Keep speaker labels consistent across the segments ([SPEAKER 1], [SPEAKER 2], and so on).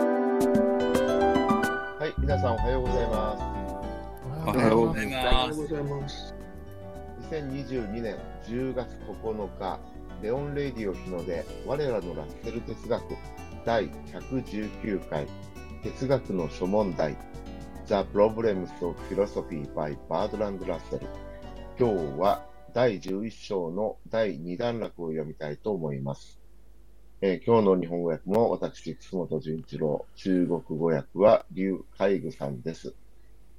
[SPEAKER 1] Um,
[SPEAKER 2] ございます。
[SPEAKER 3] 2022年10月9日、レオン・レイディオ日野で、我らのラッセル哲学第119回、哲学の諸問題、The Problems of Philosophy by Bertrand Russell。今日は第11章の第2段落を読みたいと思います。えー今日の日本語訳も私、楠本純一郎、中国語訳は劉海愚さんです。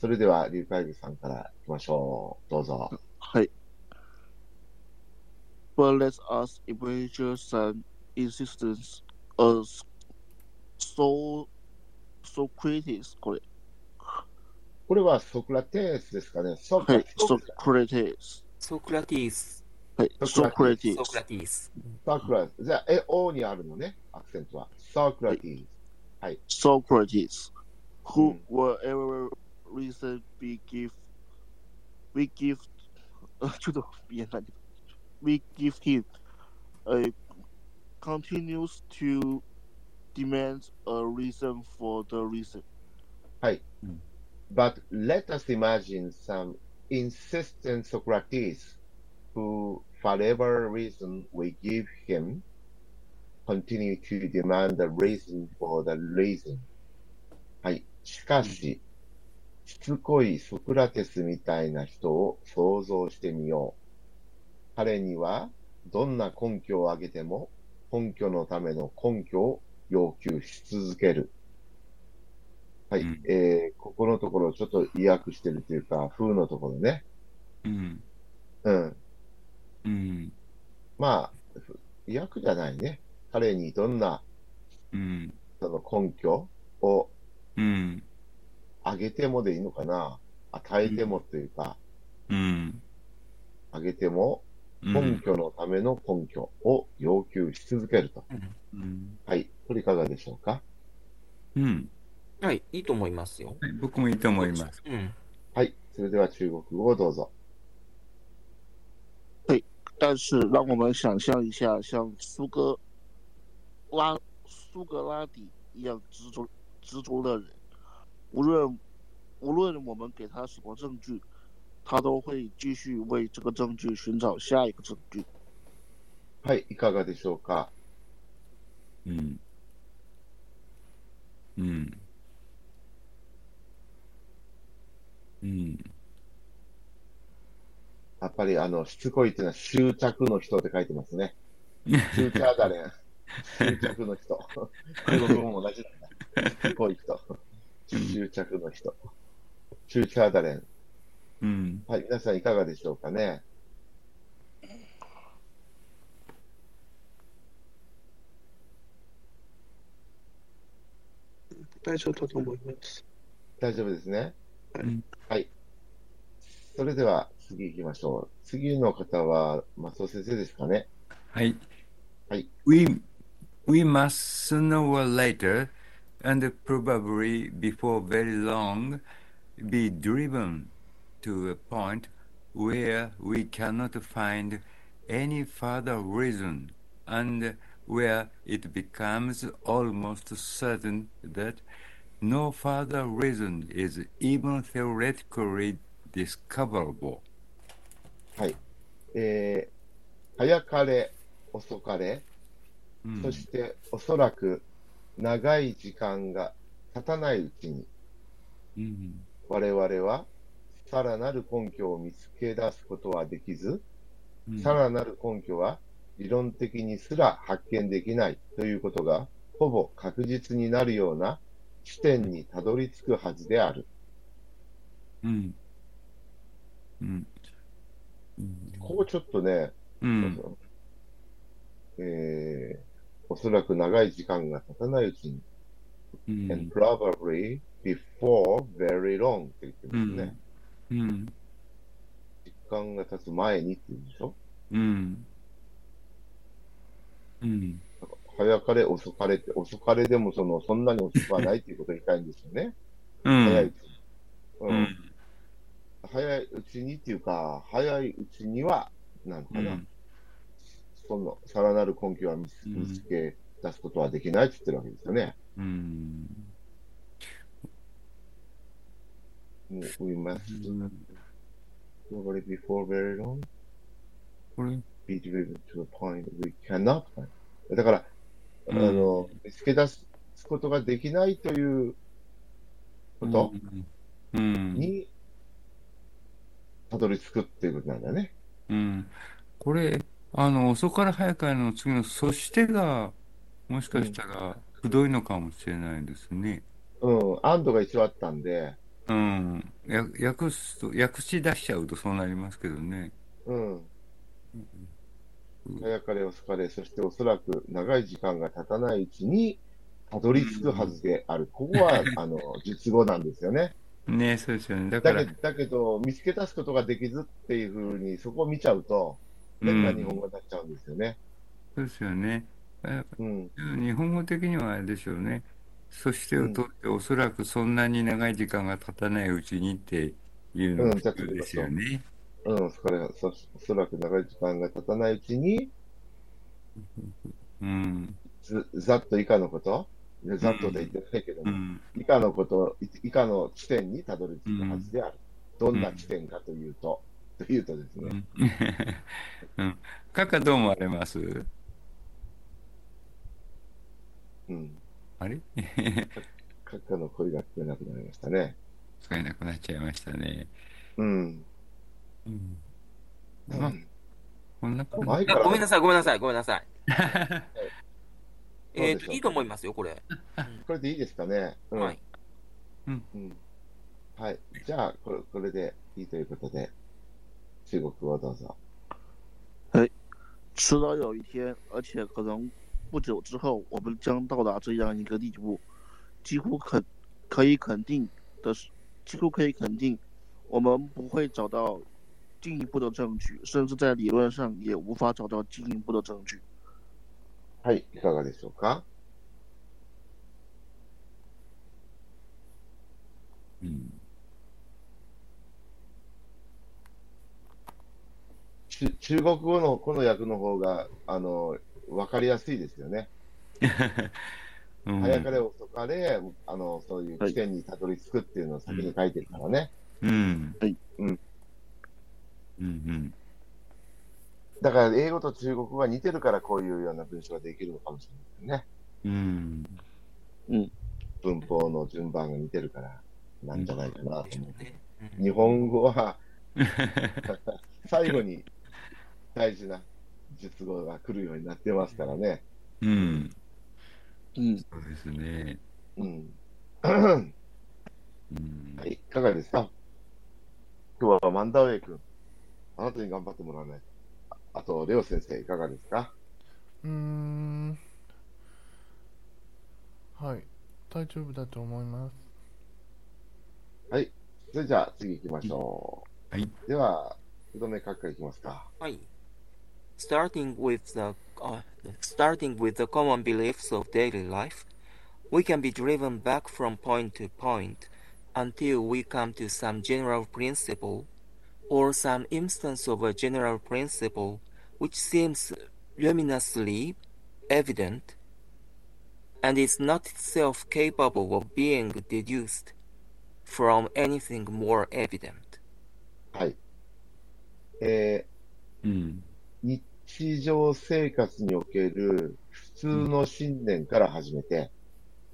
[SPEAKER 3] それでは劉海愚さんから行きましょう。どうぞ。
[SPEAKER 1] はい。But let us imagine some existence of so Socrates これ。
[SPEAKER 3] これはソクラテスですかね。ソク
[SPEAKER 1] は
[SPEAKER 3] ラ
[SPEAKER 1] い
[SPEAKER 3] テ。ス。
[SPEAKER 1] Socrates。
[SPEAKER 2] ソクラティス。
[SPEAKER 1] はい。Socrates
[SPEAKER 2] ソ。クラティス。
[SPEAKER 3] ソクラじゃあ、え、O にあるのね、アクセントは。ソクラティス。
[SPEAKER 1] Socrates, who
[SPEAKER 3] Mm.
[SPEAKER 1] whatever reason we give, we give, ちょっと見えない we give him, a uh, continues to demand a reason for the reason.
[SPEAKER 3] But let us imagine some insistent Socrates who, for whatever reason we give him, continue to demand the reason for the reason. はい。しかし、しつこいソクラテスみたいな人を想像してみよう。彼にはどんな根拠を挙げても根拠のための根拠を要求し続ける。はい、
[SPEAKER 2] うん
[SPEAKER 3] えーここのところちょっと意訳してるというか、風のところね。
[SPEAKER 2] うん。
[SPEAKER 3] うん。
[SPEAKER 2] うん。
[SPEAKER 3] まあ、ふ意訳じゃないね。彼にどんな
[SPEAKER 2] うん。
[SPEAKER 3] その根拠を
[SPEAKER 2] うん。
[SPEAKER 3] あげてもでいいのかな与えてもというか、
[SPEAKER 2] うん。
[SPEAKER 3] あげても根拠のための根拠を要求し続けると。
[SPEAKER 2] うん。
[SPEAKER 3] はい。これいかがでしょうか
[SPEAKER 4] うん。
[SPEAKER 5] はい、いいと思いますよ。
[SPEAKER 4] はい僕もいいと思います。
[SPEAKER 5] うん。
[SPEAKER 3] はい。それでは中国語をどうぞ。
[SPEAKER 1] 但是让我们想象一下，像苏格拉苏格拉底一样执着执着的人，无论无论我们给他什么证据，他都会继续为这个证据寻找下一个证据。
[SPEAKER 3] はい。いかがでしょうか
[SPEAKER 4] うん。うん。うん。
[SPEAKER 3] やっぱりあの、しつこいっていうのは執着の人って書いてますね。執着だね。執着の人。中国語も同じなんだ。しつこい人。執着の人。執着だね。
[SPEAKER 4] うん。
[SPEAKER 3] はい。皆さんいかがでしょうかね
[SPEAKER 2] 大丈夫だと思います。
[SPEAKER 3] 大丈夫ですね
[SPEAKER 4] うん。
[SPEAKER 3] はい。それでは次行きましょう。次の方は松尾先生ですかね。
[SPEAKER 4] はい。
[SPEAKER 3] はい。
[SPEAKER 4] We, we must sooner or later, and probably before very long, be driven to a point where we cannot find any further reason and where it becomes almost certain that no further reason is even theoretically discoverable.
[SPEAKER 3] えー、早かれ、遅かれ、
[SPEAKER 4] うん
[SPEAKER 3] そしておそらく長い時間が経たないうちに
[SPEAKER 4] うん
[SPEAKER 3] 我々はさらなる根拠を見つけ出すことはできず、
[SPEAKER 4] うん
[SPEAKER 3] さらなる根拠は理論的にすら発見できないということがほぼ確実になるような地点にたどり着くはずである。
[SPEAKER 4] うんうんうん
[SPEAKER 3] ここちょっとね、
[SPEAKER 4] うん
[SPEAKER 3] えーおそらく長い時間が経たないうちに、
[SPEAKER 4] うん
[SPEAKER 3] and probably before very long って言ってますね。
[SPEAKER 4] うん
[SPEAKER 3] 時間が経つ前にって言うんでしょ
[SPEAKER 4] うんうん
[SPEAKER 3] 早かれ遅かれって、遅かれでもそのそんなに遅くはないっていうことを言いたいんですよね。
[SPEAKER 4] う
[SPEAKER 3] 早い
[SPEAKER 4] ん
[SPEAKER 3] うちに、うん早いうちにっていうか、早いうちには、なのかな、
[SPEAKER 4] うん
[SPEAKER 3] そのさらなる根拠は見つ
[SPEAKER 4] うん
[SPEAKER 3] 見つけ出すことはできないって言ってるわけですよね。
[SPEAKER 4] うん
[SPEAKER 3] もう、we must probably before very long
[SPEAKER 4] これ、
[SPEAKER 3] be driven to a point we cannot find. だから、
[SPEAKER 4] うん
[SPEAKER 3] あの、見つけ出すことができないということ
[SPEAKER 4] うん、うん、
[SPEAKER 3] に、たどり着くっていうことなんだね。
[SPEAKER 4] うん、これ、あの、そこから早くあの次の、そしてが、もしかしたら、くどいのかもしれないですね。
[SPEAKER 3] うん、安堵が一応あったんで、
[SPEAKER 4] うん。や、訳すと、訳し出しちゃうとそうなりますけどね。
[SPEAKER 3] うん、
[SPEAKER 4] うん
[SPEAKER 3] 早かれ遅かれ、そしておそらく長い時間が経たないうちに、たどり着くはずである。ここ は、あの、術後なんですよね。
[SPEAKER 4] ね、そうですよね。だか
[SPEAKER 3] だ
[SPEAKER 4] ら
[SPEAKER 3] け、だけど、見つけ出すことができずっていうふうに、そこを見ちゃうと、変な
[SPEAKER 4] うん
[SPEAKER 3] 日本語になっちゃうんですよね。
[SPEAKER 4] そうですよね。
[SPEAKER 3] うん、
[SPEAKER 4] 日本語的にはあれでしょうね。そしてを取って、おそらくそんなに長い時間が経たないうちにっていうの
[SPEAKER 3] う
[SPEAKER 4] が
[SPEAKER 3] ん
[SPEAKER 4] 普通ですよね。
[SPEAKER 3] うん、それそおそらく長い時間が経たないうちに、
[SPEAKER 4] うん。
[SPEAKER 3] ずざっと以下のこと、いやざっとで言ってないけど
[SPEAKER 4] う
[SPEAKER 3] も、
[SPEAKER 4] ん。
[SPEAKER 3] 以下のこと、い以下の地点にたどり着くはずである。どんな地点かというと、というとです
[SPEAKER 4] う
[SPEAKER 3] ね、
[SPEAKER 4] ん。 うん。カカどう思われます
[SPEAKER 3] うん、
[SPEAKER 4] あれ
[SPEAKER 3] 閣下の声が聞こえなくなりましたね。
[SPEAKER 4] 使えなくなっちゃいましたね。
[SPEAKER 3] うん。
[SPEAKER 4] うん。
[SPEAKER 3] う
[SPEAKER 4] まあ
[SPEAKER 3] ん
[SPEAKER 4] こんな感
[SPEAKER 3] 前か
[SPEAKER 5] あ
[SPEAKER 3] ら、
[SPEAKER 5] ごめんなさい、ごめんなさい、ごめんな さい。
[SPEAKER 3] どうでしょう
[SPEAKER 5] えっと、いいと思いますよ、これ。
[SPEAKER 3] これでいいですかね。うん
[SPEAKER 5] はい。。
[SPEAKER 3] うんはい。じゃあ、これ、これでいいということで、中国語をどうぞ。
[SPEAKER 1] 迟早有一天，而且可能不久之后，我们将到达这样一个地步，几乎肯可以肯定的是，几乎可以肯定，我们不会找到进一步的证据，甚至在理论上也无法找到进一步的证据。
[SPEAKER 3] はい。いかがでしょうか
[SPEAKER 4] うん。
[SPEAKER 3] 中中国語のこの訳の方が、あの、わかりやすいですよね。
[SPEAKER 4] うん
[SPEAKER 3] 早かれ遅かれ、あの、そういう地点にたどり着くっていうのを先に書いてるからね。
[SPEAKER 4] うん。
[SPEAKER 1] はい
[SPEAKER 3] うん。
[SPEAKER 4] うん
[SPEAKER 3] だから、英語と中国語が似てるから、こういうような文章ができるのかもしれないですね。
[SPEAKER 4] うん。うん。
[SPEAKER 3] 文法の順番が似てるから、なんじゃないかなと思う。
[SPEAKER 5] ね
[SPEAKER 3] 日本語は、最後に大事な術語が来るようになってますからね。
[SPEAKER 4] うん。
[SPEAKER 1] 嗯，
[SPEAKER 4] そうですね。
[SPEAKER 3] うん。
[SPEAKER 4] うん
[SPEAKER 3] はい、いかがですか今日はマンダウェイ君、あなたに頑張ってもらわないと。ああと、レオ先生、いかがですか
[SPEAKER 6] うーんはい大丈夫だと思います
[SPEAKER 3] それじゃあ、次行きましょう。
[SPEAKER 4] はい。
[SPEAKER 3] では、うどめ閣下いきますか。
[SPEAKER 5] はい。Starting with the uh, starting with the common beliefs of daily life, we can be driven back from point to point until we come to some general principle or some instance of a general principle which seems luminously evident and is not itself capable of being deduced from anything more evident.
[SPEAKER 3] はい。え
[SPEAKER 4] うん。
[SPEAKER 3] ー日常生活における普通の信念から始めて、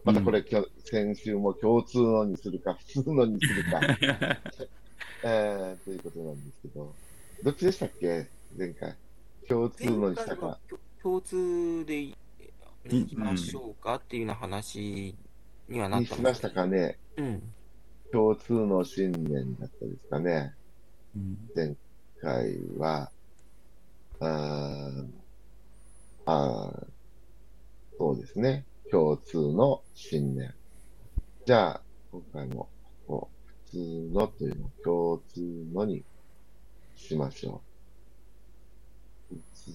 [SPEAKER 3] またこれ、きょ先週も共通のにするか、普通のにする か、えー、ということなんですけど、どっちでしたっけ前回。共通のにしたか。
[SPEAKER 5] 共通でい
[SPEAKER 4] うん
[SPEAKER 5] 行きましょうかっていうような話にはなっ
[SPEAKER 3] に
[SPEAKER 5] た
[SPEAKER 3] し
[SPEAKER 5] ん
[SPEAKER 3] ま
[SPEAKER 5] で
[SPEAKER 3] し
[SPEAKER 5] す
[SPEAKER 3] た
[SPEAKER 5] けど
[SPEAKER 3] かね。
[SPEAKER 5] うん。
[SPEAKER 3] 共通の信念だったですかね。
[SPEAKER 4] うん
[SPEAKER 3] 前回は、あーあー、そうですね。共通の信念。じゃあ、今回も、こう普通のというのを共通のにしましょう。普通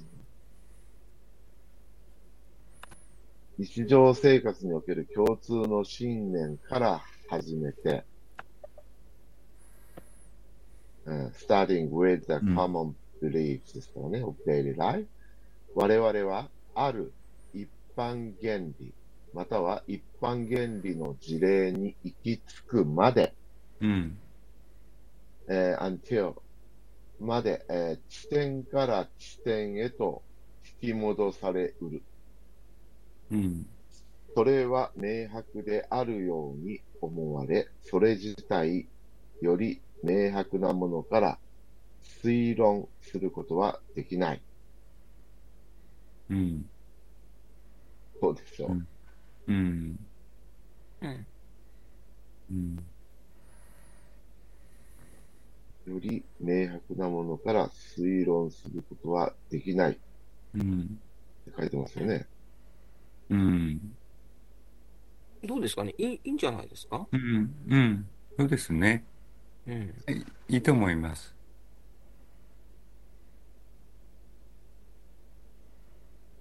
[SPEAKER 3] 日常生活における共通の信念から始めて、うん、starting with the
[SPEAKER 4] うん
[SPEAKER 3] common beliefs ですからね、of daily life。我々は、ある一般原理、または一般原理の事例に行き着くまで、
[SPEAKER 4] うん。
[SPEAKER 3] えー until まで、えー地点から地点へと引き戻されうる。
[SPEAKER 4] うん、
[SPEAKER 3] それは明白であるように思われ、それ自体より明白なものから推論することはできない。
[SPEAKER 4] うん、
[SPEAKER 3] そうでしょう。
[SPEAKER 4] うん、
[SPEAKER 5] うん。
[SPEAKER 4] うん、
[SPEAKER 3] より明白なものから推論することはできないって
[SPEAKER 4] うん、
[SPEAKER 3] 書いてますよね。
[SPEAKER 4] うん、
[SPEAKER 5] どうですかねいいいいんじゃないですか
[SPEAKER 4] うん、うん、そうですね。
[SPEAKER 5] うん。
[SPEAKER 4] いいと思います。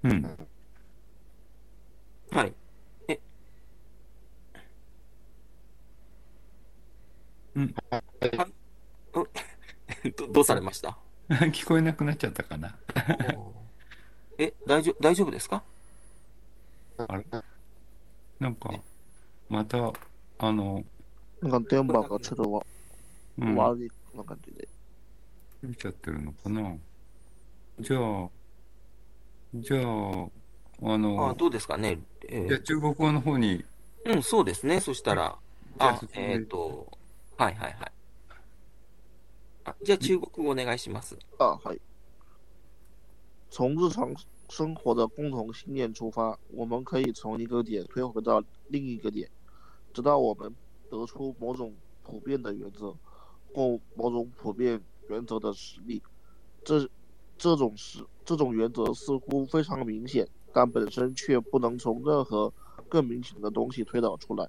[SPEAKER 4] うん、
[SPEAKER 5] はい。え。
[SPEAKER 4] うん
[SPEAKER 5] はい。うんど、 どうされました
[SPEAKER 4] 聞こえなくなっちゃったかな。
[SPEAKER 5] おーえ、大丈夫、大丈夫ですか
[SPEAKER 4] なんか、また、あの、
[SPEAKER 1] なんか電波がちょっとわ
[SPEAKER 4] うん、
[SPEAKER 1] 悪いな感じで。
[SPEAKER 4] 切れちゃってるのかな。じゃあ、じゃあ、あの、
[SPEAKER 5] あ、どうですかねえー
[SPEAKER 4] じゃあ中国語の方に、
[SPEAKER 5] うん、そうですね。そしたら、
[SPEAKER 4] じゃあ
[SPEAKER 5] あ
[SPEAKER 4] 進ん、で
[SPEAKER 5] えっと、はいはいはい。あ、じゃあ中国語お願いします。
[SPEAKER 1] 啊，嗨。从日常生活的共同信念出发，我们可以从一个点推回到另一个点，直到我们得出某种普遍的原则或某种普遍原则的实例。这这种实这种原则似乎非常明显，但本身却不能从任何更明显的东西推导出来。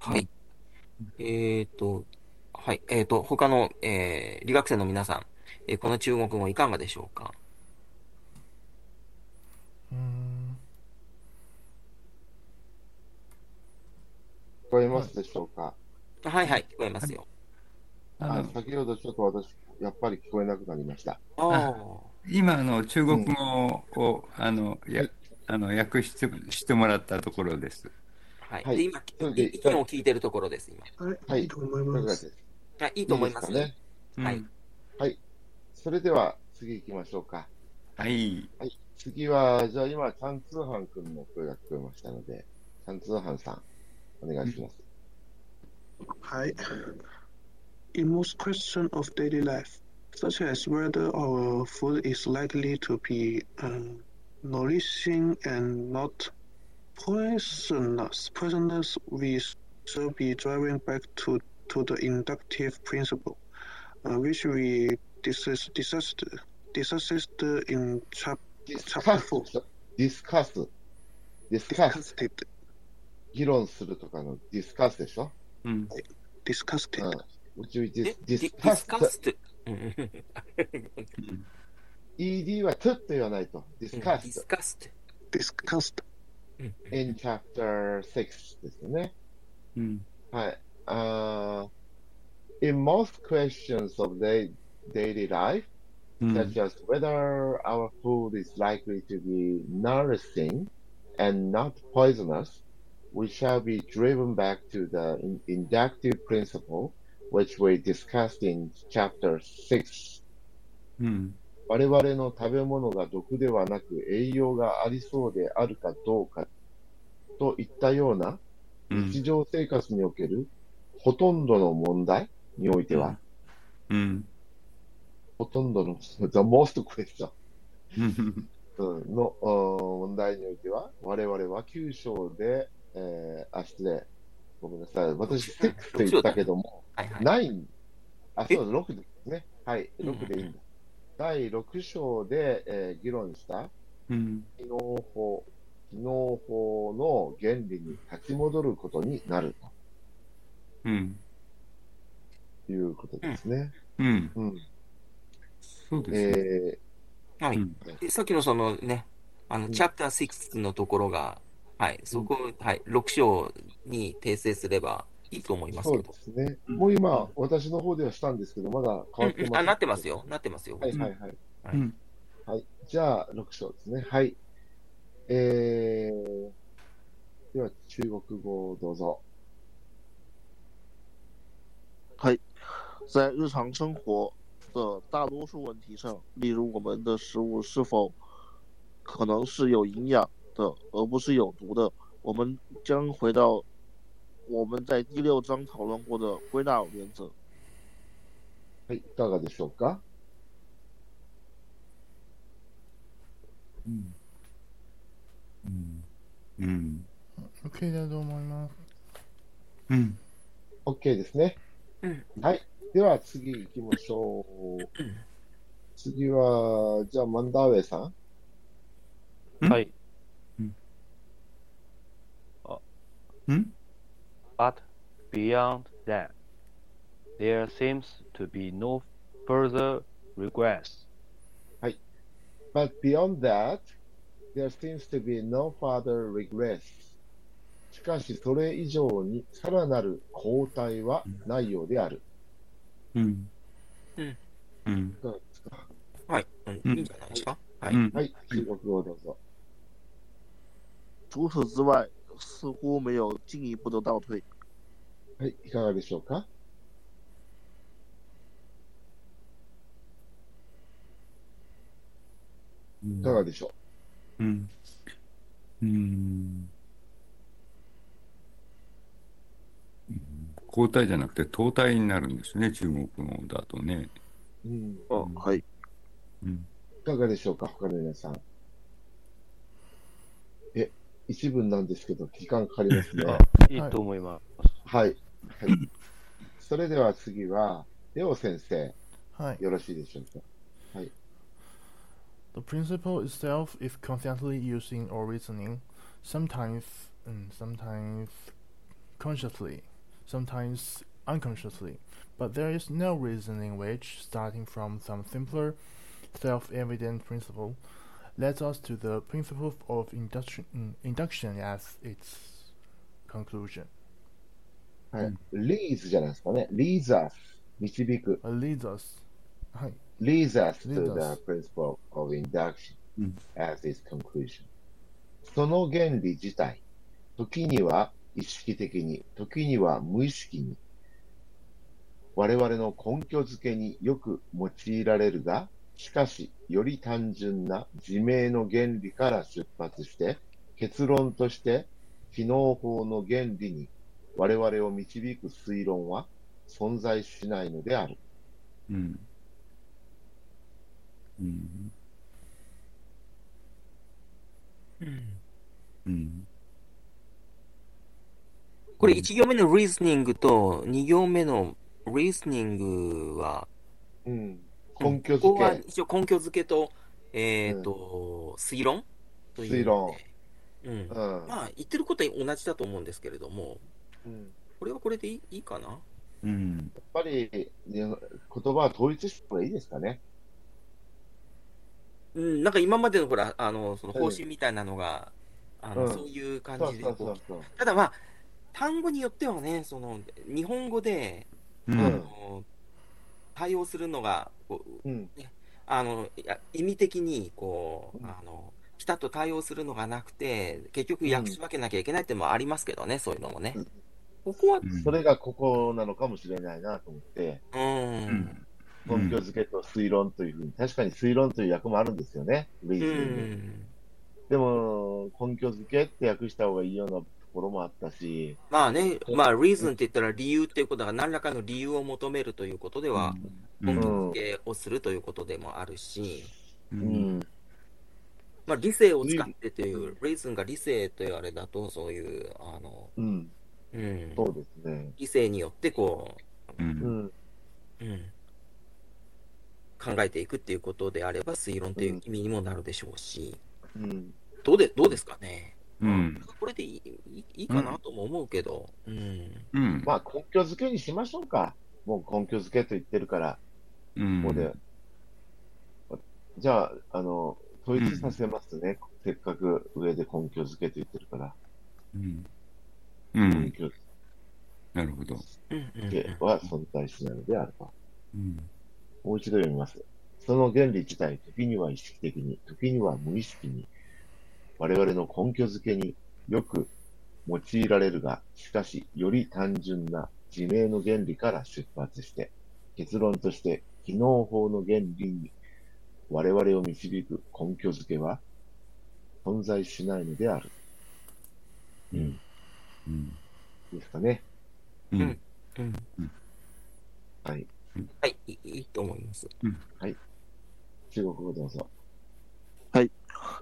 [SPEAKER 5] はい。えっと、はい。えっと、他の、えー留学生の皆さん、えーこの中国語いかがでしょうか
[SPEAKER 6] うーん
[SPEAKER 3] 聞こえますでしょうか、
[SPEAKER 5] はいはい、聞こえますよ。
[SPEAKER 4] あ
[SPEAKER 3] あ
[SPEAKER 4] の、
[SPEAKER 3] 先ほどちょっと私、やっぱり聞こえなくなりました。
[SPEAKER 5] ああ。
[SPEAKER 4] 今、あの、中国語を、あの、や、あの、訳して、してもらったところです。
[SPEAKER 5] はい。
[SPEAKER 3] はい
[SPEAKER 5] で、今、
[SPEAKER 3] それ
[SPEAKER 5] い
[SPEAKER 3] で
[SPEAKER 5] 意見を聞いてるところです、今。
[SPEAKER 2] はい、いいと思い
[SPEAKER 3] いかが
[SPEAKER 2] ま。
[SPEAKER 3] ですす
[SPEAKER 5] あ、いいと思います
[SPEAKER 3] いいですかね。
[SPEAKER 5] は
[SPEAKER 4] う
[SPEAKER 5] い
[SPEAKER 4] ん。
[SPEAKER 3] それでは次行きましょうか。
[SPEAKER 4] はい。
[SPEAKER 3] 次は、じゃあ今、チャンツーハン君の声が聞こえましたので、チャンツーハンさん、お願いします。
[SPEAKER 2] Hi. In most questions of daily life, such as whether our food is likely to be um, nourishing and not poisonous, poisonous, we should be driving back to, to the inductive principle, uh, which we discussed, discussed, discussed in chap-
[SPEAKER 3] ディスカ
[SPEAKER 2] カ
[SPEAKER 3] ス
[SPEAKER 2] ス
[SPEAKER 3] ディスカス。ディスカス。
[SPEAKER 2] discussed,
[SPEAKER 3] 議論するとかのディスカスでしょ
[SPEAKER 4] うん。
[SPEAKER 2] discussed.
[SPEAKER 3] うん。Would you
[SPEAKER 5] え
[SPEAKER 3] dis-
[SPEAKER 5] ディ
[SPEAKER 3] discuss?
[SPEAKER 5] ディスカスうんうんうん
[SPEAKER 3] ED は to って言わないと。
[SPEAKER 5] ディ
[SPEAKER 3] discuss
[SPEAKER 5] スカス
[SPEAKER 2] discussed.
[SPEAKER 3] in chapter 6ですね。
[SPEAKER 4] うん。
[SPEAKER 3] Hi. Uh, in most questions of day, daily life,
[SPEAKER 4] うん。
[SPEAKER 3] such as whether our food is likely to be nourishing and not poisonous, we shall be driven back to the in- inductive principle, which we discussed in chapter 6.
[SPEAKER 4] うん。
[SPEAKER 3] 我々の食べ物が毒ではなく栄養がありそうであるかどうかといったような
[SPEAKER 4] うん
[SPEAKER 3] 日常生活におけるほとんどの問題においては、
[SPEAKER 4] うん。
[SPEAKER 3] ほとんどの、the most question
[SPEAKER 4] うん。
[SPEAKER 3] うんのうん問題においては、我々は9章で、えー、あ、失礼。ごめんなさい。私、
[SPEAKER 5] うん
[SPEAKER 3] 6と言ったけども、
[SPEAKER 5] はいはい。
[SPEAKER 3] 9、あ、
[SPEAKER 5] え
[SPEAKER 3] そう、6ですね。はい、6でいいんだ。第6章で、えー議論した
[SPEAKER 4] うん。
[SPEAKER 3] 機能法、機能法の原理に立ち戻ることになる
[SPEAKER 4] うん。
[SPEAKER 3] ということですね。
[SPEAKER 4] うん。
[SPEAKER 3] うん。
[SPEAKER 4] そうですね。
[SPEAKER 3] え
[SPEAKER 5] はい
[SPEAKER 4] うん
[SPEAKER 5] でさっきのそのね、あの、チャプター6のところが、はい、そこ、はい、6章に訂正すればいいと思い
[SPEAKER 3] ー、
[SPEAKER 5] ます
[SPEAKER 3] そ
[SPEAKER 5] け
[SPEAKER 3] う
[SPEAKER 5] ど
[SPEAKER 3] で。すね。もう今、私の方ではしたんですけど、まだ変わって
[SPEAKER 5] うんうん
[SPEAKER 3] ます。
[SPEAKER 5] あ、なってます。よ。なってますよ。
[SPEAKER 3] はいはいはい。
[SPEAKER 5] は
[SPEAKER 4] う
[SPEAKER 5] い
[SPEAKER 4] ん。
[SPEAKER 3] はい。じゃあ、6章ですね。はい。えー、では、中国語をどうぞ。
[SPEAKER 1] 在日常生活的大多数问题上，例如我们的食物是否可能是有营养的，而不是有毒的，我们将回到我们在第六章讨论过的归纳原则。
[SPEAKER 3] はい、いかがでしょうか
[SPEAKER 4] うん。うん。うん。
[SPEAKER 6] OK だと思います。
[SPEAKER 4] うん
[SPEAKER 3] OK ですね
[SPEAKER 5] うん。
[SPEAKER 3] はい。では次行きましょう。次は、じゃあ、マンダーウェイさん。
[SPEAKER 4] ん
[SPEAKER 7] はい。
[SPEAKER 4] うん。
[SPEAKER 7] But beyond that, there seems to be no further regress.
[SPEAKER 3] But beyond that, there seems to be no further regress. しかし、それ以上にさらなる後退はないようである。
[SPEAKER 4] うん。
[SPEAKER 5] うん
[SPEAKER 4] うん。
[SPEAKER 3] いかがですか
[SPEAKER 5] はい、う、
[SPEAKER 4] うんん
[SPEAKER 5] いいんじゃないですか。はい。
[SPEAKER 4] うん。
[SPEAKER 3] はい、中国語をどうぞ。
[SPEAKER 1] 除此之外，似乎没有进一步的倒退。
[SPEAKER 3] はい、いかがでしょうかいかがでしょう
[SPEAKER 4] うん。うん。交代じゃなくて淘汰になるんですね、中国語だとね。
[SPEAKER 3] うん、い
[SPEAKER 1] 哦，可以。
[SPEAKER 4] うん。
[SPEAKER 3] かがでしょうか、他の皆さん。え、一文なんですけど、時間かかりますね。
[SPEAKER 7] あいいと思います。
[SPEAKER 3] はい。はい。それでは次は、レオ先生、
[SPEAKER 6] はい。
[SPEAKER 3] よろしいでしょうか。
[SPEAKER 6] The principle itself is constantly using or reasoning, sometimes and sometimes consciously, sometimes unconsciously. But there is no reasoning which, starting from some simpler, self-evident principle, leads us to the principle of induction, mm, induction as its conclusion.
[SPEAKER 3] はい。リーズじゃないですかね。リーザース、導く。
[SPEAKER 6] It leads us. はい。
[SPEAKER 3] リーザース to
[SPEAKER 6] Leads us.
[SPEAKER 3] the principle of induction
[SPEAKER 4] うん
[SPEAKER 3] as its conclusion. その原理自体、時には意識的に、時には無意識に、我々の根拠づけによく用いられるが、しかし、より単純な自明の原理から出発して、結論として、機能法の原理に我々を導く推論は存在しないのである。
[SPEAKER 4] うん。うん。
[SPEAKER 5] うん
[SPEAKER 4] うん。
[SPEAKER 5] これ1行目の reasoning と2行目の reasoning は、
[SPEAKER 3] うん、根拠づけ。
[SPEAKER 5] ここは一応根拠づけと、えっ、と、推論とい
[SPEAKER 3] 推
[SPEAKER 5] う。
[SPEAKER 3] 論。
[SPEAKER 5] うん。
[SPEAKER 3] うん
[SPEAKER 5] まあ、言ってることは同じだと思うんですけれども、
[SPEAKER 3] うん
[SPEAKER 5] これはこれでいいいいかな
[SPEAKER 4] うん。
[SPEAKER 3] やっぱりね言葉は統一した方がいいですかね。
[SPEAKER 5] うん、なんか今までのほら、あの、その方針みたいなのが、あの、
[SPEAKER 3] うん
[SPEAKER 5] そういう感
[SPEAKER 3] そう
[SPEAKER 5] じで
[SPEAKER 3] そう
[SPEAKER 5] こ
[SPEAKER 3] そううそう。
[SPEAKER 5] ただまあ、単語によってはね、その、日本語で、
[SPEAKER 4] う
[SPEAKER 5] あ
[SPEAKER 4] ん。
[SPEAKER 5] の対応するのが、こう
[SPEAKER 3] うん、
[SPEAKER 5] あの、いや意味的に、こ
[SPEAKER 3] う
[SPEAKER 5] う、
[SPEAKER 3] ん
[SPEAKER 5] あの、ピタッと対応するのがなくて、結局
[SPEAKER 3] うん
[SPEAKER 5] 訳し分けなきゃいけないってのもありますけどね、そういうのもね。ここは、
[SPEAKER 3] それがここなのかもしれないなと思って、
[SPEAKER 5] うん、
[SPEAKER 4] うん。
[SPEAKER 3] 根拠づけと推論というふうに、確かに推論という役もあるんですよね、レイ
[SPEAKER 5] う
[SPEAKER 3] ズに
[SPEAKER 5] ん。
[SPEAKER 3] でも、根拠づけって訳した方がいいようなところもあったし、
[SPEAKER 5] まあね、まあ、reason って言ったら理由っていうことが何らかの理由を求めるということでは、
[SPEAKER 4] う
[SPEAKER 5] 根
[SPEAKER 4] ん。
[SPEAKER 5] 拠付けをするということでもあるし、
[SPEAKER 4] う。
[SPEAKER 3] うん
[SPEAKER 5] まあ、理性を使ってという、レイズンが理性というあれだと、そういう、あの、
[SPEAKER 3] うん、
[SPEAKER 5] うん、
[SPEAKER 3] そうですね。
[SPEAKER 5] 理性によってこ
[SPEAKER 4] う。
[SPEAKER 3] うんん、
[SPEAKER 5] う、うん、考えていくっていうことであれば、推論という意味にもなるでしょうし、
[SPEAKER 3] うん、
[SPEAKER 5] どうで、どうですかね。
[SPEAKER 4] うん。
[SPEAKER 5] これでいいいいいいかなとも思うけど、うん。
[SPEAKER 4] うん。
[SPEAKER 3] まあ、根拠づけにしましょうか。もう根拠づけと言ってるから、
[SPEAKER 4] うん。
[SPEAKER 3] ここで。じゃあ、あの、統一させますね。せっかく上で根拠づけと言ってるから。
[SPEAKER 4] うん。うん
[SPEAKER 3] 根。拠
[SPEAKER 4] なるほど。
[SPEAKER 5] うんうん
[SPEAKER 3] 系は存在しないのであると。
[SPEAKER 4] うん。
[SPEAKER 3] もう一度読みます。その原理自体、時には意識的に、時には無意識に、我々の根拠づけによく用いられるが、しかし、より単純な自明の原理から出発して、結論として、機能法の原理に我々を導く根拠づけは存在しないのである。
[SPEAKER 4] うん。うん。
[SPEAKER 3] ですかね。
[SPEAKER 4] うん。
[SPEAKER 5] うん。
[SPEAKER 3] はい。
[SPEAKER 5] はい、いいいいと思います。
[SPEAKER 3] 中国語どうぞ。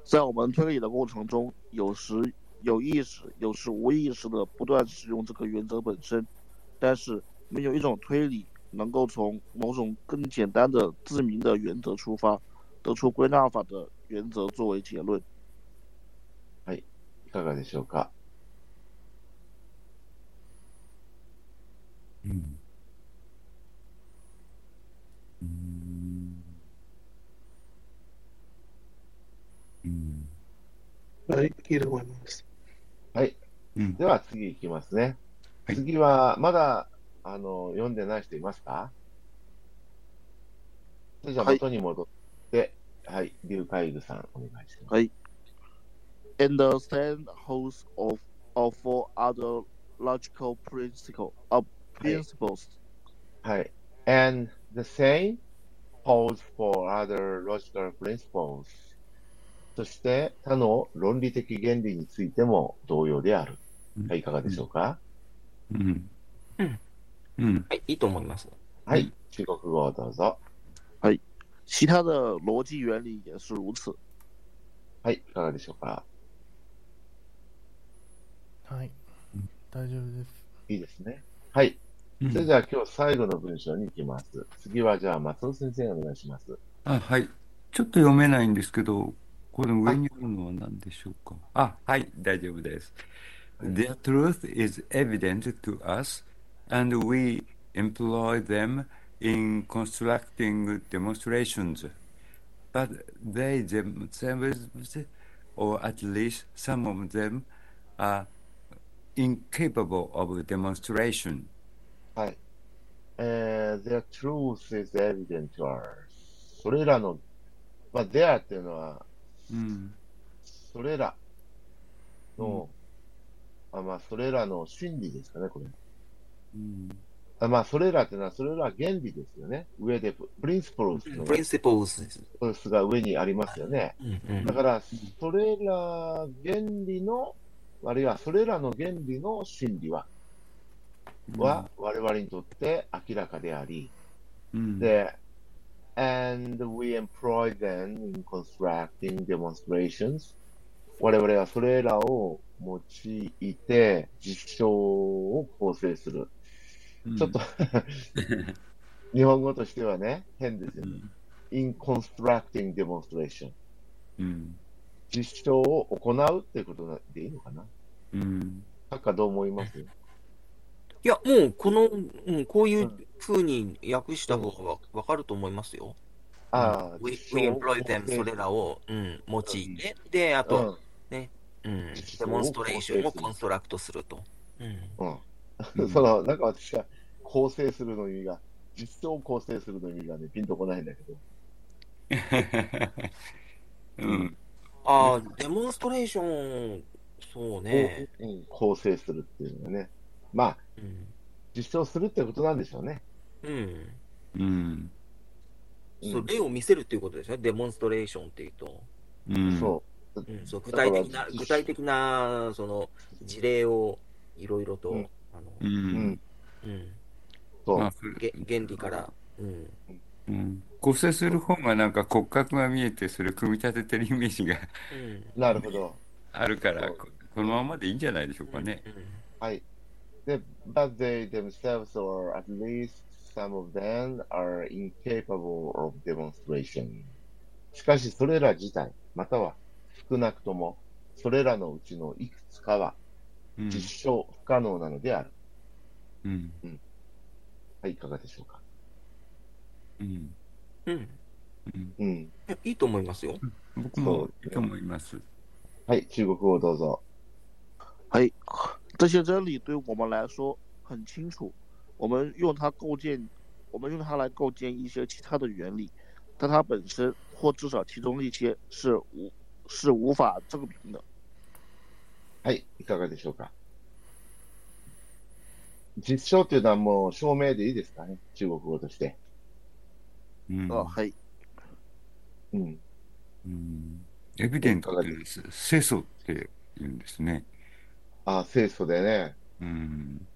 [SPEAKER 1] 在我们推理的过程中，有时有意识，有时无意识的不断使用这个原则本身，但是没有一种推理能够从某种更简单的自明的原则出发，得出归纳法的原则作为结论。
[SPEAKER 3] いかがでしょうか
[SPEAKER 4] うん。うん。うん。
[SPEAKER 2] はい、いいと思います。
[SPEAKER 4] うん
[SPEAKER 3] で。は次いきますね。
[SPEAKER 4] はい
[SPEAKER 3] 次は、まだ、あの、読んでない人いますかそれじゃあ
[SPEAKER 1] はい
[SPEAKER 3] 元に戻って、はい、リュウカイルさん、お願いします。
[SPEAKER 1] And the same holds of of all other logical principle uh, principles.
[SPEAKER 3] はい。And the same holds for other logical principles. そして、他の論理的原理についても同様である。はい、いかがでしょうか、
[SPEAKER 4] うん。
[SPEAKER 5] うん
[SPEAKER 4] うん。
[SPEAKER 5] はい、いいと思います。
[SPEAKER 3] はい、中国語をどうぞ。
[SPEAKER 1] 其他的逻辑原理也是如此。
[SPEAKER 3] はい、いかがでしょうか
[SPEAKER 6] はい
[SPEAKER 4] うん。
[SPEAKER 6] 大丈夫です。
[SPEAKER 3] いいですね。はい。
[SPEAKER 4] うん
[SPEAKER 3] それじゃあ今日最後の文章に行きます。次はじゃあ松尾先生お願いします。
[SPEAKER 4] あ、はい。ちょっと読めないんですけど、この上にあるのは何でしょうか。あ、はい、大丈夫です。Their truth is evident to us, and we employ them in constructing demonstrations. But they themselves, or at least some of them, are incapable of demonstration.
[SPEAKER 3] はい。えー、their truth is evident to us. それらの、まあ、their っていうのは、
[SPEAKER 4] うん。
[SPEAKER 3] それらの、あまあ、それらの真理ですかね、これ。
[SPEAKER 4] うん。
[SPEAKER 3] あまあ、それらっていうのは、それらは原理ですよね。上で、プリンスプルスのプ
[SPEAKER 5] Principles です。
[SPEAKER 3] ルスが上にありますよね。
[SPEAKER 5] うんうん
[SPEAKER 3] だから、それら原理の、あるいはそれらの原理の真理は、は我々にとって明らかであり、
[SPEAKER 4] うん、
[SPEAKER 3] で、and we employ them in constructing demonstrations. 我々はそれらを用いて実証を構成する。
[SPEAKER 4] うん
[SPEAKER 3] ちょっ と日本語としてはね、変ですよ
[SPEAKER 4] う
[SPEAKER 3] ね。
[SPEAKER 4] ん
[SPEAKER 3] in constructing demonstration.
[SPEAKER 4] うん。
[SPEAKER 3] 実証を行うっていうことでいいのかな
[SPEAKER 4] うん。
[SPEAKER 3] 閣下どう思います
[SPEAKER 5] いや、もう、この、うん、こういう風に訳した方がわわかると思いますよ。
[SPEAKER 3] ああ、
[SPEAKER 5] We,
[SPEAKER 3] 実
[SPEAKER 5] we
[SPEAKER 3] 証を
[SPEAKER 5] employ them, それらを、うん、用いて、で、あと、うん、デ
[SPEAKER 3] 実証を
[SPEAKER 5] モンストレーションをコンストラクトすると。うん。
[SPEAKER 3] うん。
[SPEAKER 4] う
[SPEAKER 3] うんん、 その、なんか私は構成するの意味が、実証を構成するの意味がね、ピンとこないんだけど。
[SPEAKER 4] うん。
[SPEAKER 5] ああ、デモンストレーション、そうね。
[SPEAKER 3] うん、構成するっていうのはね。まあ、
[SPEAKER 5] うん。
[SPEAKER 3] 実証するってことなんでしょうね。
[SPEAKER 5] うん。
[SPEAKER 4] うん。
[SPEAKER 3] うん
[SPEAKER 5] そう、例を見せるっていうことですね。デモンストレーションっていうと。
[SPEAKER 4] うん。
[SPEAKER 3] そ
[SPEAKER 5] うん、そう具
[SPEAKER 3] だから
[SPEAKER 5] 体的な、
[SPEAKER 3] 実
[SPEAKER 5] 具体的な、その、事例を、いろいろと、
[SPEAKER 3] うん
[SPEAKER 5] あの、
[SPEAKER 4] う。
[SPEAKER 3] う。うんん、
[SPEAKER 5] うん、
[SPEAKER 3] そう。
[SPEAKER 4] まあ、それ
[SPEAKER 5] げ原理から、うん。
[SPEAKER 4] うん。構成する方がなんか骨格が見えて、それを組み立ててるイメージが
[SPEAKER 5] うん。
[SPEAKER 3] なるほど。
[SPEAKER 4] あるから、
[SPEAKER 3] そう
[SPEAKER 4] ここのままでいいんじゃないでしょうかね。
[SPEAKER 3] はい。で、but they themselves, or at least some of them, are incapable of demonstration. しかし、それら自体、または少なくとも、それらのうちのいくつかは
[SPEAKER 4] うん。
[SPEAKER 3] 実証不可能なのである。
[SPEAKER 4] うん。
[SPEAKER 3] はい、いかがでしょうか。
[SPEAKER 4] うん。
[SPEAKER 5] うん。うん。
[SPEAKER 4] うん
[SPEAKER 3] うん。
[SPEAKER 5] えいいと思いますよ。
[SPEAKER 4] 僕も
[SPEAKER 3] そう
[SPEAKER 4] いいと思います。
[SPEAKER 3] はい、中国語をどうぞ。
[SPEAKER 1] 哎，这些真理对我们来说很清楚，我们用它构建，我们用它来构建一些其他的原理，但它本身或至少其中一些是无是无法证明的。
[SPEAKER 3] はい、いかがでしょうか。実証というのはもう証明でいいですかね、中国語として。
[SPEAKER 4] うん
[SPEAKER 1] あ、はい。
[SPEAKER 3] うん。
[SPEAKER 4] うんエビデントって、清楚って言うんですね。
[SPEAKER 3] あ、清楚でね、
[SPEAKER 4] うん。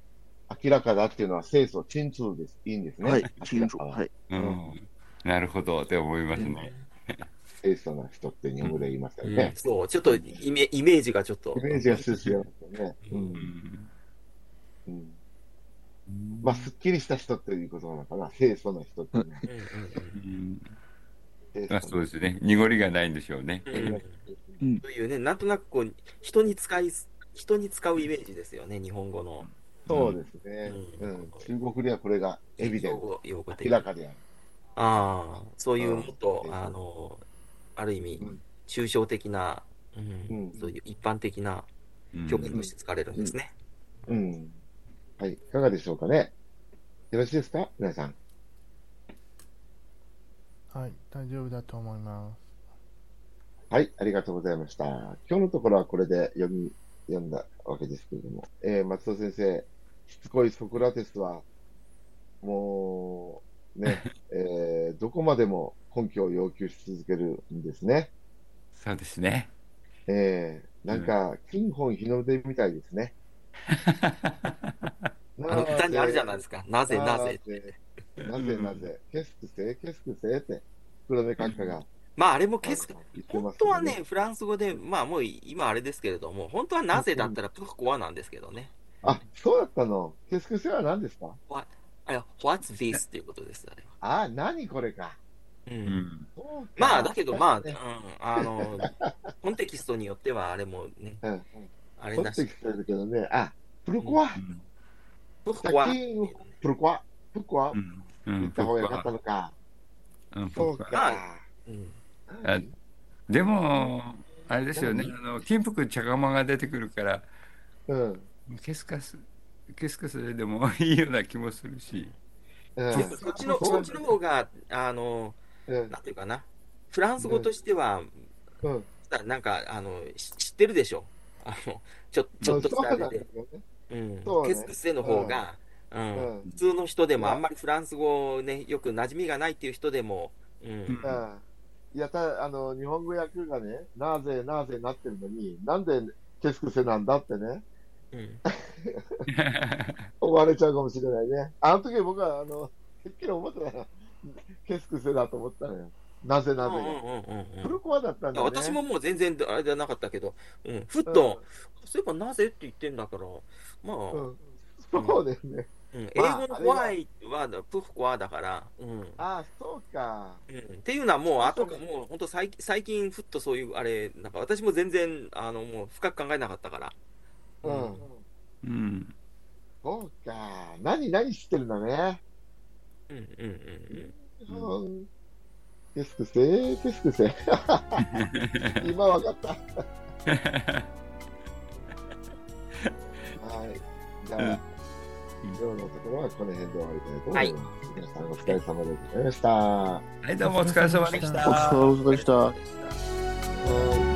[SPEAKER 3] 明らかだっていうのは清楚、陳通です。いいんですね。
[SPEAKER 1] はい。
[SPEAKER 3] 明
[SPEAKER 1] 清
[SPEAKER 3] ら
[SPEAKER 1] 楚。
[SPEAKER 3] かは
[SPEAKER 1] はい。
[SPEAKER 4] うん。なるほどって思いますね。
[SPEAKER 3] 清楚な人って日本語で言いますよ
[SPEAKER 4] うん
[SPEAKER 3] ね。
[SPEAKER 5] そう、ちょっとイメイメージがちょっと
[SPEAKER 3] イ。メージが清楚なんですよね。う。
[SPEAKER 4] うんん
[SPEAKER 3] うんまあ、すっきりした人っていうことなのかな。清楚な人っていうのは
[SPEAKER 5] うんうん
[SPEAKER 4] うん
[SPEAKER 3] 清楚な
[SPEAKER 4] あそうですね。濁りがないんでしょうね。
[SPEAKER 5] うんうん
[SPEAKER 1] うん
[SPEAKER 5] というね、なんとなくこう人に使い人に使うイメージですよね、日本語の。
[SPEAKER 3] そうですね。
[SPEAKER 5] う
[SPEAKER 3] うんん。中国ではこれがエビデン
[SPEAKER 5] 用
[SPEAKER 3] ト、
[SPEAKER 5] 語用語的
[SPEAKER 3] 明らかである。
[SPEAKER 5] ああ、そういうもっと
[SPEAKER 3] う、ん
[SPEAKER 5] あの、ある意味
[SPEAKER 3] うん、
[SPEAKER 5] 抽象的な、うん
[SPEAKER 3] うん
[SPEAKER 5] そういう一般的な
[SPEAKER 4] うん
[SPEAKER 5] 表現として使われるんですね。
[SPEAKER 3] うん。はい。いかがでしょうかね。よろしいですか皆さん。
[SPEAKER 6] はい、大丈夫だと思います。
[SPEAKER 3] はい、ありがとうございました。今日のところはこれで読み、読んだわけですけれども、えー松尾先生、しつこいソクラテスは、もう、 ね、えーどこまでも根拠を要求し続けるんですね。
[SPEAKER 4] そうですね。
[SPEAKER 3] えーなんか、金本日の出みたいですね。
[SPEAKER 5] あの歌にあるじゃないです
[SPEAKER 3] か。
[SPEAKER 5] すか。なぜなぜ。
[SPEAKER 3] な ぜなぜ、ケスクセ、ケスクセって、黒目閣下が
[SPEAKER 5] まああれも消す。
[SPEAKER 3] 言ってま
[SPEAKER 5] 本
[SPEAKER 3] す
[SPEAKER 5] 当
[SPEAKER 3] よ
[SPEAKER 5] はね、、フランス語で、まあもう今あれですけれども、本当はなぜだったらプフコアなんですけどね。
[SPEAKER 3] あ、そうだったの。ケスクセは何ですか
[SPEAKER 5] あれ、what's this っていうことです、あれは。
[SPEAKER 3] あ、何これか。
[SPEAKER 5] う
[SPEAKER 4] うんん。
[SPEAKER 3] そうか
[SPEAKER 5] まあだけど、まあ、う
[SPEAKER 3] ね
[SPEAKER 5] ん、あの、コンテキストによってはあれもね、
[SPEAKER 3] うん、
[SPEAKER 5] あれ
[SPEAKER 3] 取
[SPEAKER 5] だ
[SPEAKER 3] って
[SPEAKER 5] し、
[SPEAKER 3] きてるけどね、あ、プルコア、
[SPEAKER 5] プフコア。
[SPEAKER 3] 借金、プルコア、プルコア、
[SPEAKER 4] うん。う
[SPEAKER 3] 行
[SPEAKER 4] ん
[SPEAKER 3] った方が良かったのか。
[SPEAKER 4] うん
[SPEAKER 3] そう
[SPEAKER 5] ま
[SPEAKER 3] か
[SPEAKER 5] あ。うん
[SPEAKER 4] あでも、あれですよね。あの、金服茶釜が出てくるから、
[SPEAKER 3] うん。
[SPEAKER 4] ケスカス、ケスカスでもいいような気もするし。
[SPEAKER 3] うん
[SPEAKER 5] ちょっとそっちの、
[SPEAKER 3] そ
[SPEAKER 5] そうっちの方が、あの、
[SPEAKER 3] うん
[SPEAKER 5] なんていうかな、フランス語としては、
[SPEAKER 3] うん
[SPEAKER 5] なんか、あの、し知ってるでしょ。あの、ちょ、ちょっとしたあれ
[SPEAKER 3] そうなんだ
[SPEAKER 5] で
[SPEAKER 3] け。どね
[SPEAKER 5] うん。
[SPEAKER 3] そうね
[SPEAKER 5] ケスクスへの方が、うん。
[SPEAKER 3] うん
[SPEAKER 5] 普通の人でも
[SPEAKER 3] いや
[SPEAKER 5] あんまりフランス語ね、よく馴染みがないっていう人でも、うん。
[SPEAKER 3] うんいやたあの日本語訳がね、なぜなぜなってるのに、なんでケスクセなんだってね、
[SPEAKER 5] うん。
[SPEAKER 3] 思われちゃうかもしれないね。あの時僕は、あの、てっきり思ってたら、ケスクセだと思ったのよ。なぜ
[SPEAKER 5] う
[SPEAKER 3] なんぜが
[SPEAKER 5] うんうんうん
[SPEAKER 3] プ
[SPEAKER 5] うん
[SPEAKER 3] ル。コアだったんだね。
[SPEAKER 5] 私ももう全然あれじゃなかったけど、うん、ふっと、そういえばなぜって言ってんだから、まあ、
[SPEAKER 3] う
[SPEAKER 5] うん
[SPEAKER 3] ん、そうだよね。
[SPEAKER 5] 英
[SPEAKER 3] まあ
[SPEAKER 5] 語の
[SPEAKER 3] あれが
[SPEAKER 5] why は、プフコアだから、うん。
[SPEAKER 3] ああ、そうか。
[SPEAKER 5] うんっていうのはもう、あとか、もう本当最近、最近、ふっとそういう、あれ、なんか私も全然、あの、もう深く考えなかったから。
[SPEAKER 3] うん。
[SPEAKER 4] うん。
[SPEAKER 3] そうか。何、何知ってるんだね。
[SPEAKER 5] うんうんうん
[SPEAKER 3] うん。デスクせ、デスク せ。今わか った。はい。じゃあ、今日のところはこの辺で終わりたいと思います。皆さんお疲れ様でございました。は
[SPEAKER 4] はい、どうもお疲れ様でし
[SPEAKER 1] お疲
[SPEAKER 4] た。
[SPEAKER 1] れ様でした。
[SPEAKER 3] い